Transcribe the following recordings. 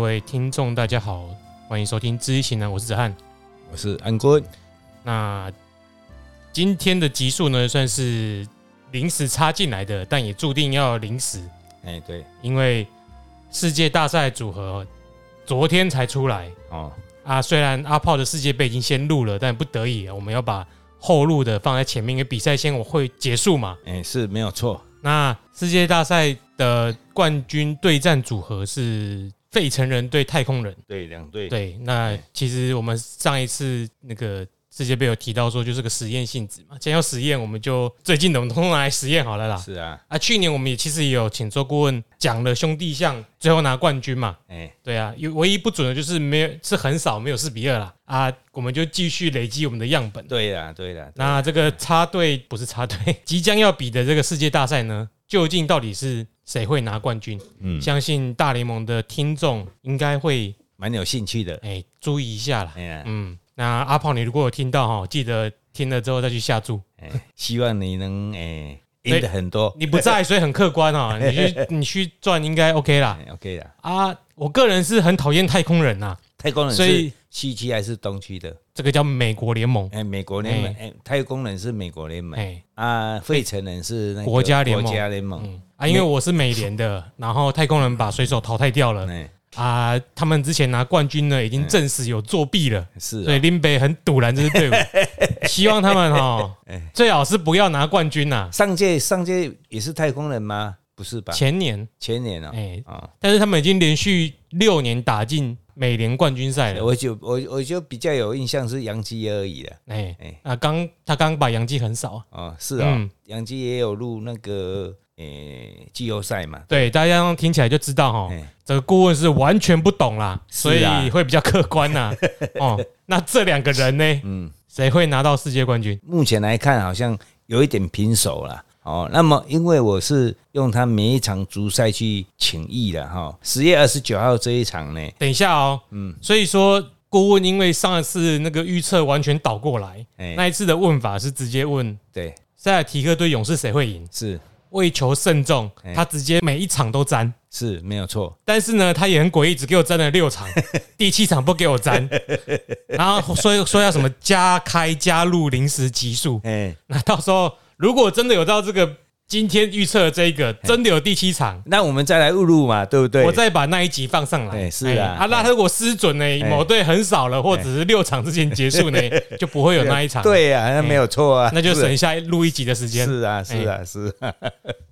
位听众，大家好，欢迎收听《知易行难》，我是子翰。我是安坤，那今天的集数呢，算是临时插进来的，但也注定要临时，哎、对，因为世界大赛组合昨天才出来哦，啊。虽然阿炮的世界杯已经先录了，但不得已我们要把后录的放在前面，因为比赛先我会结束嘛。哎、是没有错，那世界大赛的冠军对战组合是费城人对太空人。对，两队，对，那对其实我们上一次那个世界杯有提到说，就是个实验性质嘛。既然要实验，我们就最近的我们通通来实验好了啦。是啊，啊，去年我们也其实也有请周顾问讲了兄弟象，最后拿冠军嘛。哎、对啊，有唯一不准的就是没有是很少没有四比二啦。啊，我们就继续累积我们的样本。对啦，对啦，对啊那这个插队不是插队， 即将要比的这个世界大赛呢，究竟到底是谁会拿冠军？嗯，相信大联盟的听众应该会蛮有兴趣的，哎、注意一下啦。哎呀、嗯，那阿炮，你如果有听到哈，记得听了之后再去下 注。哎、希望你能哎赢得很多，你不在，所以很客观 啊，你去你去赚应该 OK 啦。哎、OK 啦。啊，我个人是很讨厌太空人呐、太空人所以是西区还是东区的？这个叫美国联盟，哎、美国联盟，哎、太空人是美国联盟、哎、啊，费城人是那个国家联盟国家联盟，嗯啊，因为我是美联 的，然后太空人把水手淘汰掉了哎、啊，他们之前拿冠军呢，已经证实有作弊了。是、所以啊，林北很堵拦这支 队伍，希望他们哈哎最好是不要拿冠军啊呐、上届上届也是太空人吗？不是吧？前前年年哦、哎啊、但是他们已经连续六年打进美联冠军赛了。哎我就我我就比较有印象是杨基而已了。哎、哎啊，刚他刚把杨基横扫啊，哦，是啊、嗯杨基也有录那个诶季后赛嘛，对，大家听起来就知道哈，哎这个顾问是完全不懂啦，是所以啊会比较客观 呐、哦，那这两个人呢，嗯，谁会拿到世界冠军？目前来看好像有一点平手了。哦，那么因为我是用他每一场足赛去请益的哈，十、月二十九号这一场呢，等一下哦，嗯，所以说顾问因为上一次那个预测完全倒过来，哎、那一次的问法是直接问对，塞尔提克对勇士谁会赢，是为求慎重，哎他直接每一场都沾。是没有错，但是呢，他也很诡异，只给我粘了六 场，第七场不给我粘，然后说说要什么加开加入临时集数，哎、那到时候如果真的有到这个今天预测的这一个，真的有第七场，那我们再来录录嘛，对不对？我再把那一集放上来。哎是啊哎啊，那如果失准呢，某队很少了，或者是六场之前结束 呢，就不会有那一场，，哎对呀、那没有错啊，那就是啊省下录一集的时间。哎是啊，是啊，是啊。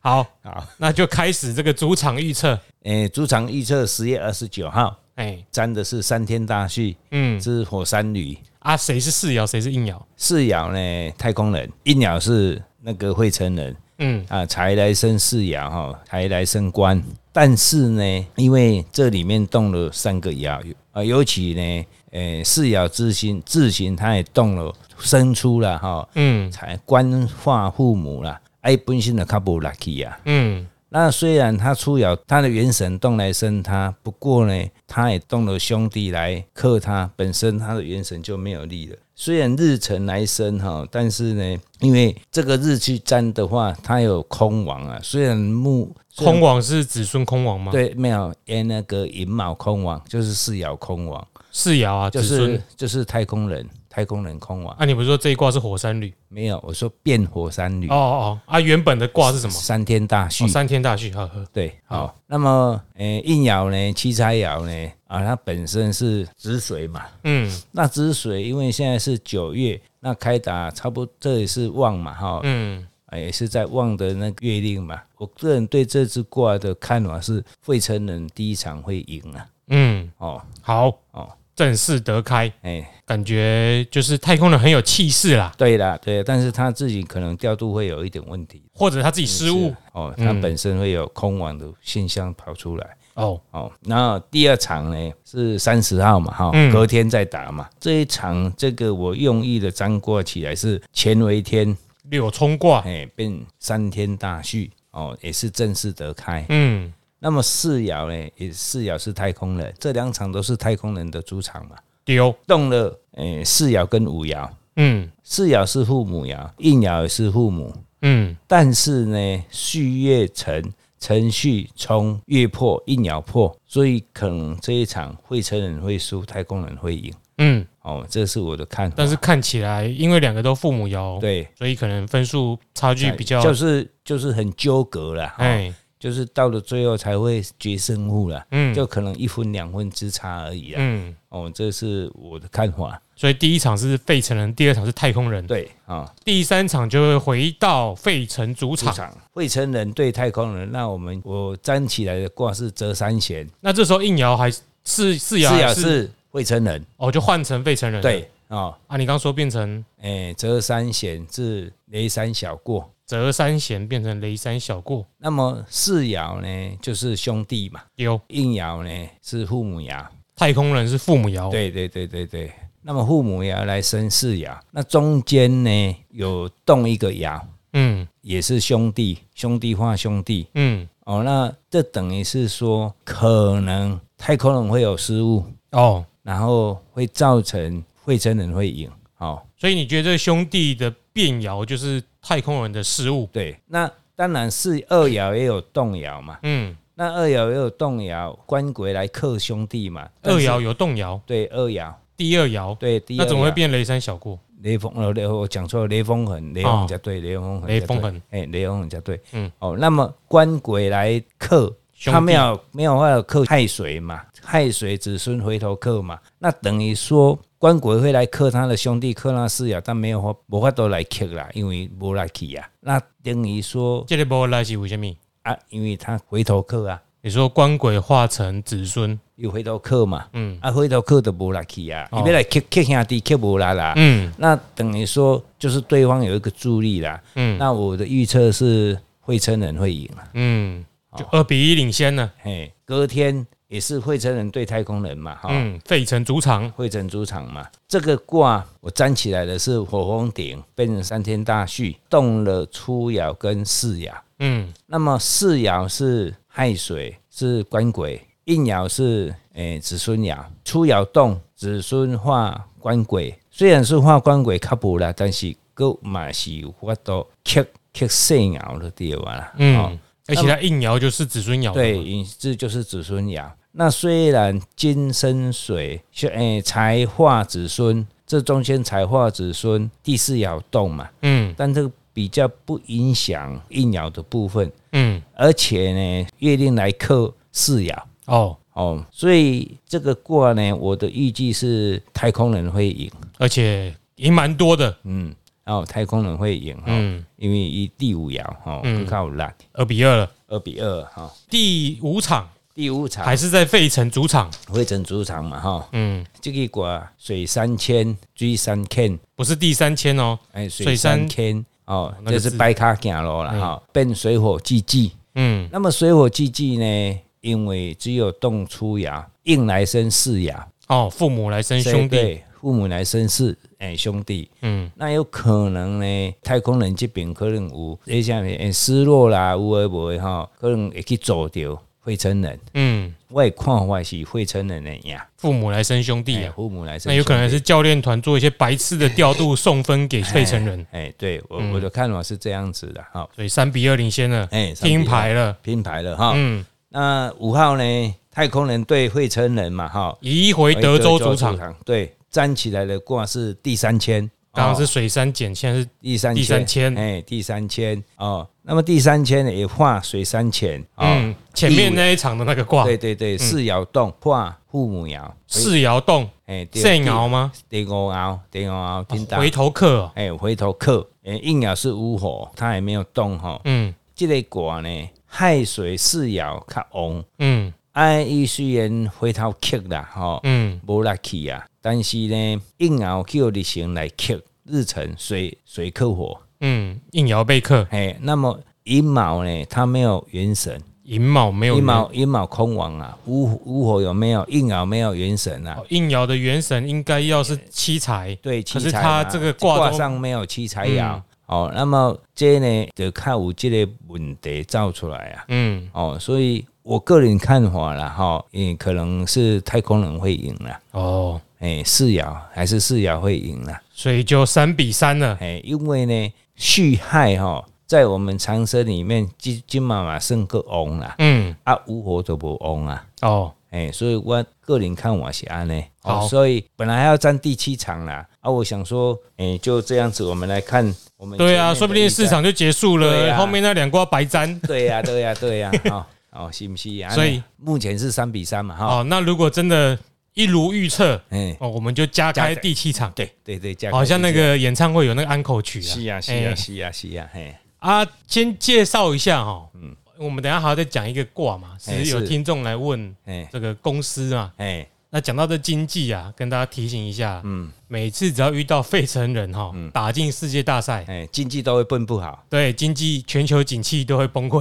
好，好，那就开始这个主场预测。诶、哎主场预测十月二十九号，哎，沾的是三天大戏，嗯，是火山旅。啊，谁是四爻，谁是硬爻？四爻呢，太空人；一爻是那个会成人嗯，啊，财来生四爻哈，财来生官。但是呢，因为这里面动了三个爻啊，尤其呢，诶、四爻之心自行，它也动了生出了哈，嗯才官化父母啦，哎，本身的较不 lucky 啊。嗯那虽然他出爻，他的元神动来生他，不过呢，他也动了兄弟来克他，本身他的元神就没有力了。虽然日辰来生哈，但是呢，因为这个日去占的话，它有空亡啊。虽然木虽然空王是子孙空王吗？，对没有，诶，那个寅卯空亡就是四爻空亡，四爻啊，就子孙是。就是太空人太空人空亡啊，你不是说这一卦是火山旅？没有，我说变火山旅哦哦哦，啊，原本的卦是什么？三天大序哦，三天大序，呵呵。对，好、那么诶，应爻呢，七财爻呢，啊，它本身是止水嘛，嗯那止水因为现在是九月，那开打差不多这也是旺嘛，哈、嗯，啊也是在旺的那个月令嘛。我个人对这只卦的看法是，费城人第一场会赢啊，嗯，哦好，哦，正式得开，哎，感觉就是太空人很有气势啦，对啦，对啦，但是他自己可能调度会有一点问题，或者他自己失误哦，他嗯本身会有空网的现象跑出来。哦，哦，那第二场呢是三十号嘛，哈、嗯隔天再打嘛。这一场这个我用意的占卦起来啊是乾为天，柳冲卦，哎，变三天大序哦，也是正式得开。嗯那么四爻呢，也四爻是太空人，这两场都是太空人的主场嘛，丢，动了哎四爻跟五爻，嗯四爻是父母爻，应爻也是父母，嗯但是呢，戌月辰程序冲月破一秒破，所以可能这一场会车人会输，太空人会赢。嗯，哦，这是我的看法。但是看起来因为两个都父母摇，对，所以可能分数差距比较，就是就是很纠葛了，哎、哎，就是到了最后才会决胜负了，嗯，就可能一分两分之差而已啊。嗯，哦，这是我的看法。所以第一场是费城人，第二场是太空人，对啊、哦，第三场就会回到费城主主场。场未成人对太空人，那我们我站起来的卦是折三弦，那这时候硬摇还是是是摇四还爻是是未成人，哦，就换成费城人了对哦，啊，你刚说变成哎，折三弦至雷山小过。折三弦变成雷山小过那么四爻呢，就是兄弟嘛，丢，应爻呢是父母爻，太空人是父母摇，对对对对对。那么父母爻来生四爻，那中间呢有动一个爻，嗯也是兄弟，兄弟化兄弟嗯，哦。那这等于是说，可能太空人会有失误，哦，然后会造成会真人会赢。哦，所以你觉得这兄弟的变摇就是太空人的失误？对，那当然是二爻也有动爻嘛，嗯，那二爻也有动爻，官鬼来克兄弟嘛。二但是爻有动摇，对二爻第二爻，对第二那怎么会爻变雷山小过？雷锋呃，雷我讲错了，雷锋痕，雷锋才对，雷锋痕，哦雷锋痕，哎，雷锋痕才对，嗯嗯，哦，那么官鬼来克，兄他弟没有没有办法克亥水嘛，亥水子孙回头克嘛，那等于说官鬼会来克他的兄弟克那四爻，但没有法无法都来克啦，因为无来去啊，那等于说这个波来是为什么？啊，因为他回头克啊，你说官鬼化成子孙，有回头克嘛，嗯啊，回头克都无来去啊，哦你别来克克兄弟克无啦啦，嗯那等于说就是对方有一个助力啦。嗯那我的预测是会称人会赢啊。嗯，就二比一领先了。嘿，隔天也是会称人对太空人嘛，哈、嗯，费城主场，会城主场嘛。这个卦我粘起来的是火风鼎，变成三天大畜，动了初爻跟四爻。嗯那么四爻是亥水，是官鬼；应爻是诶、子孙爻，初爻动子孙化官鬼。虽然是化官鬼较无啦，但是佫嘛是有法度克克四爻的对吧啦。哦嗯，而且他硬摇就是子孙摇，对，，引这就是子孙爻。那虽然金生水，是诶财化子孙，这中间财化子孙第四爻动嘛，嗯但这个比较不影响应爻的部分。嗯，而且呢，月令来克四爻哦，哦，所以这个卦呢，我的预计是太空人会赢，而且赢蛮多的，嗯，哦，太空人会赢，哦，嗯，因为一第五爻哦，嗯不靠烂，二比二了。二比二哈、哦，第五场第五场还是在费城主场，会成主场嘛哈、哦，嗯，这个卦水三千，水三千，不是第三千哦，哎，水水三三千。哦，那个这是字白卡行路了哈，变水火既济。嗯那么水火既济呢？因为只有动出爻，应来生四爻，哦，父母来生兄弟，对父母来生是哎、兄弟，嗯那有可能呢？太空人这边可能有一下面失落啦，有诶无诶吼，可能会去做掉会成人。嗯，我的看法是会成人的呀，父母来生兄弟哎啊，父母来生那有可能兄是教练团做一些白痴的调度送分给费城人，嗯弟哎，对我、我的看法是这样子的哈，所以三比二领先了，哎，上听比牌了，拼牌了哈。嗯，那五号呢？太空人对会成人嘛哈，移回德州主哎场，对站起来的卦是第三千，刚刚哦是水山减，现在是第三第三千哎，第三千哦，那么第三千呢也化水三千哦，嗯前面那一场的那个卦，对对对，四爻动化父母爻，四爻动，哎，第正爻吗？第五爻，第五爻听到啊回，头客哦，哎，回头克，哎，应爻是无火，它也没有动哈，嗯这个卦呢，亥水四爻较旺，嗯哎，伊虽然回头克啦哈，嗯无力气啊，但是呢，应爻叫日行来克，日辰水水克火，嗯，应爻被克，哎，那么寅卯呢，它没有元神。寅卯没有阴人卯阴卯空亡啊，乌乌火有没有？应爻没有元神啊哦，应爻的元神应该要是七财，对，可七是彩它嘛这个卦卦中上没有七彩嗯爻、哦，那么这呢就看有这个问题造出来啊，嗯，哦，所以我个人看法啦，哈、嗯，可能是太空人会赢啦，哦，哎，四爻还是四爻会赢啦，所以就三比三了，哎，因为呢戌亥哈在我们长生里面，金金妈妈算个翁啦，嗯，啊，无火都不翁啊。哦，哎、所以我个人看我是安呢，哦好，所以本来还要占第七场啦，啊，我想说，哎、就这样子，我们来看我们对前面啊，的说不定一张市场就结束对了，啊后面那两瓜白沾。对呀、对呀、对呀、 哦哦，是不是？啊所以目前是三比三嘛，哈、哦，那如果真的，一如预测，哎、哦，我们就加加开开第七场，对，对对，价格好像那个演唱会有那个安口曲啊，是呀、是呀、哎是呀、是呀、嘿，啊，先介绍一下哈，嗯，我们等一下还要再讲一个卦嘛，哎是有是听众来问哎这个公司啊嘛，哎，那讲到这经济啊，跟大家提醒一下，嗯，每次只要遇到费城人哈，打进世界大赛，哎，经济都会笨不好，对经济全球景气都会崩 溃，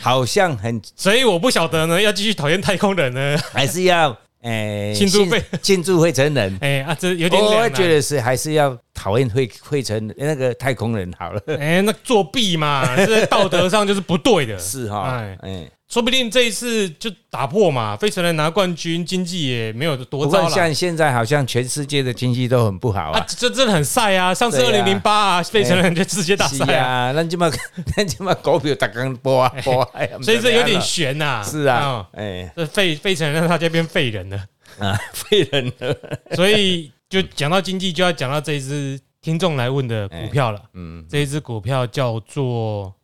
好像很所以我不晓得呢，要继续讨厌太空人呢， 还是要 哎庆祝会庆祝会成人。哎啊， 这有点我两哦觉难，得是还是要讨厌会会成那个太空人好了， 哎，那作弊嘛，这道德上就是不对的，是哈哎，哎，说不定这一次就打破嘛，费城人拿冠军，经济也没有多不糟过了。像现在好像全世界的经济都很不好啊啊，，这真的很晒啊！上次二对零啊零八啊，费城人就世界大是赛啊，哎啊，咱 即马咱即马股票大刚波啊波啊，所以这有点悬呐。是啊哦，，哎这费费城人让大家变废人了，啊， 废人了， 所以就讲到经济，就要讲到这一只听众来问的股票了。嗯，哎这一只股票叫做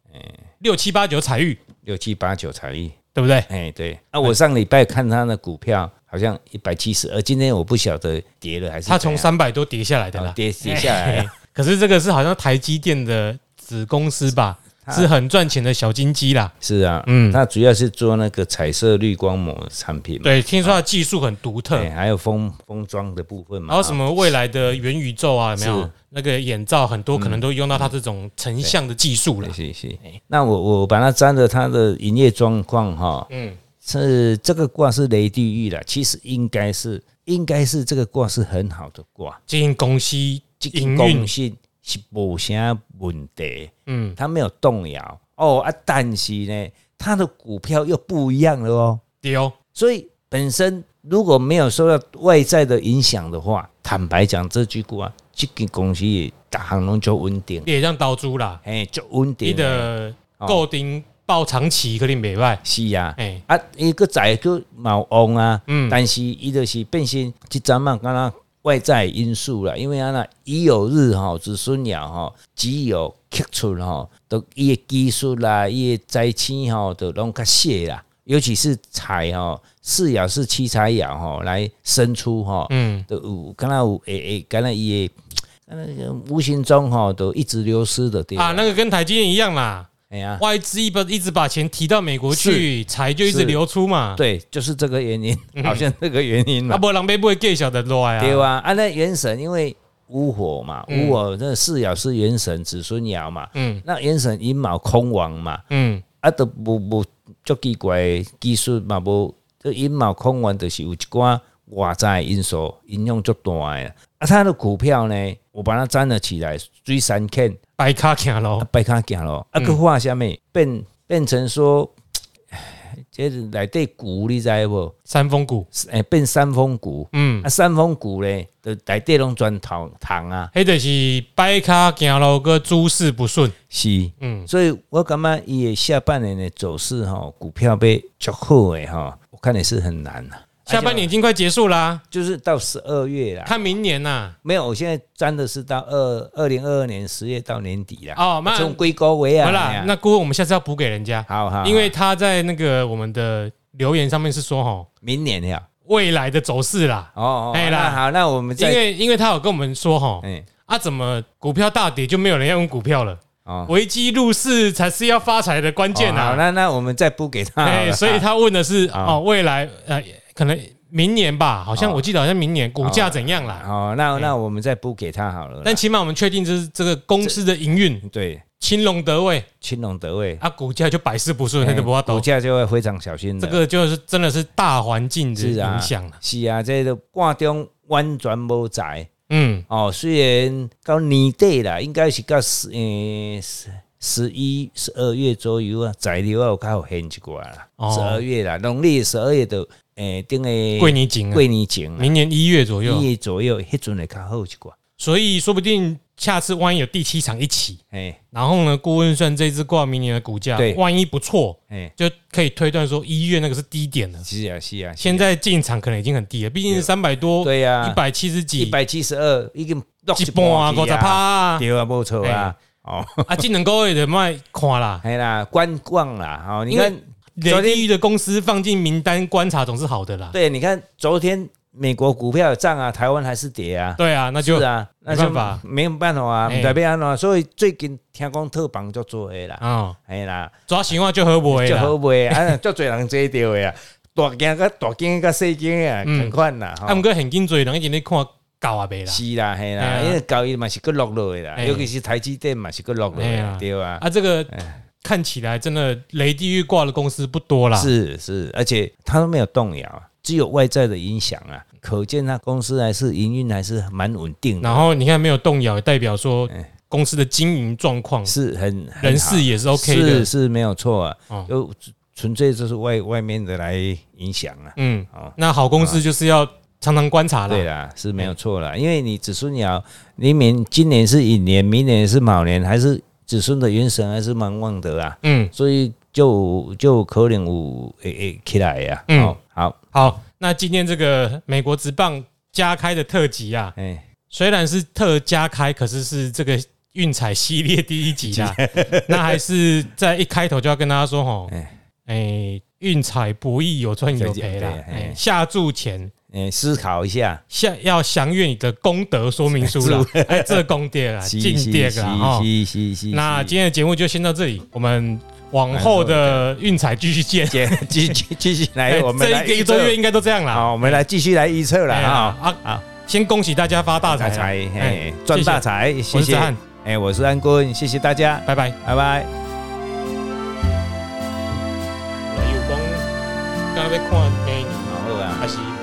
六七八九彩玉，六七八九才艺，对不对？哎，对，啊，我上礼拜看他的股票好像一百七十二，今天我不晓得跌了还是它从怎样三百多跌下来的哎哦啦。跌跌下来了，可是这个是好像台积电的子公司吧，是很赚钱的小金鸡啦。是啊，嗯嗯，他主要是做那个彩色滤光膜产品嘛，对，听说它的技术很独特，嗯哎，还有封封装的部分嘛，然后什么么未来的元宇宙啊，有没有是那个眼罩，很多可能都用到它这种成像的技术了。是是，哎那我我把它粘着它的营业状况哈，嗯，是这个卦是雷地狱了，其实应该是应该是这个卦是很好的卦，经营公司这个营运公，信是无啥问题，嗯，它没有动摇哦啊，但是呢，它的股票又不一样了哦，丢所以本身如果没有受到外在的影响的话，坦白讲这句话，这个公司大行拢就稳定，也像刀猪啦，哎，就稳你定的，的哦购丁报长期肯定袂歹，是啊。哎，啊，伊个再个毛旺啊，嗯但是伊就是变成即阵嘛，敢若外在因素啦，因为安那已有日吼子孙了吼，只有刻出吼，都伊的技术啦，伊的灾星吼，都拢较细啦，尤其是财吼，四爻是七财爻吼来生出吼，嗯，都有敢若有诶诶，敢若伊的。无形中吼都一直流失的啊，对吧，那个跟台积电一样啦，哎呀，外资一把一直把钱提到美国去，财就一直是流出嘛，对，就是这个原因，嗯好像这个原因嘛啊，。不然被不会 g 小的落来对啊，啊，啊那元神因为无火嘛，嗯无火那四爻是元神子孙爻嘛，嗯那元神寅卯空亡嘛，嗯，啊都无无足奇怪的技术嘛，无这寅卯空亡就是有一寡外在的因素影响足大的。啊，他的股票呢，我把它粘了起来，追三 K，白卡行啊咯，摆卡行咯，啊个画下面变变成说，唉这是内底股你知无？三峰股，诶、变三峰股，嗯，啊，三峰谷咧，就内底拢全糖糖啊，迄就是白卡行路个诸事不顺，是，嗯所以我感觉伊的下半年的走势吼、股票被较好的吼、我看也是很难啊。下半年已经快结束啦，就是到十二月啦，看明年啊呐、没有，我现在粘的是到二二零二二年十月到年底啦。哦那从归国为好啊，啦，那顾问我们下次要补给人家，好好好，因为他在那个我们的留言上面是说吼明年呀，未来的走势啦，哦，哦哎啦那好，那我们因再，为因为他有跟我们说吼哎，啊怎么股票大跌就没有人要用股票了，哦，危机入市才是要发财的关键哦好，啊，那那我们再不给他好哎，了，所以他问的是好哦未来呃可能明年吧，好像哦我记得好像明年股价怎样啦，哦，那那我们再不给他好了啦。但起码我们确定这是这个公司的营运对，青龙得位青龙得位，啊，股价就百试不顺，那个不要哎股抖。价就会非常小心这的。个就是真的是大环境的是啊影响了、是啊，这个挂中完全无在嗯，哦。虽然到年底啦，应该是到十诶十十一、十二月左右啊，在了啊，有较有现一寡啦。哦十二月啦，农历十二月呃的诶，顶诶桂林景、啊，哎哦过年前啊，明年一月左右，一月左右，迄阵会较好一寡。所以说不定下次万一有第七场一起，哎然后呢，顾问算这只挂明年的股价对，万一不错，哎，就可以推断说一月那个是低点了。是啊是啊，现在进场可能已经很低了，毕竟三百多，对呀一，百七十一几，百七十二已经落一半啊，五十趴啊，对啊，没错啊，哦，啊，技能高也得卖看 啦。哎啦，观望啦，哦，你因为雷看地狱的公司放进名单观察总是好的啦。对，你看昨天美国股票有涨啊，台湾还是跌啊。对啊，那就是啊，那没就办法没有办法啊，哎唔代表安怎样，所以最近听讲特房就做的啦，啊，哎啦，抓情况就合不为就好啦。卖啊， 足侪人追到的啊，大件甲大件甲细件啊，嗯同款啦，啊，吼毋过很紧追人一直咧看搞啊袂啦。是啦，系哎啦，呀因为交易嘛是个落落的啦，哎尤其是台积电嘛是个落落哎呀的，对啊，啊，这个看起来真的雷地狱挂的公司不多啦。是是，而且它都没有动摇啊，只有外在的影响啊，可见它公司还是营运还是蛮稳定的，然后你看没有动摇，也代表说公司的经营状况、哎是很很人好事也是 OK 是的。是没有错啊哦，就纯粹就是外外面的来影响啊。嗯哦，那好公司就是要常常观察对啦。哎啦，是没有错啦，因为你子孙鸟，你明今年是寅年，明年是卯年，还是子孙的元神还是蛮旺的啊，嗯，所以就就可能有诶诶起来呀、啊。嗯哦，好，好，那今天这个美国职棒加开的特辑啊，哎、虽然是特加开，可是是这个运彩系列第一集 啦。那还是在一开头就要跟大家说吼，哎哎，运彩博弈有赚有对赔啦对，哎哎下注前。哎思考一下，下要详阅你的功德说明书 了，哎，这功德啦，啊是进是殿是啦，哦，是是是，那今天的节目就先到这里，我们往后的运彩继续 见。天继续继续来，哎我们这来一个一预周测月应该都这样啦。好，我们来继续来预测了哎呀啊。啊，先恭喜大家发大财大啦，财，哎哎，赚大，财，谢谢我是谢谢子。翰，哎，我是安坤，谢谢大家，拜拜。拜拜。有讲，刚才要看电影好啊。还是？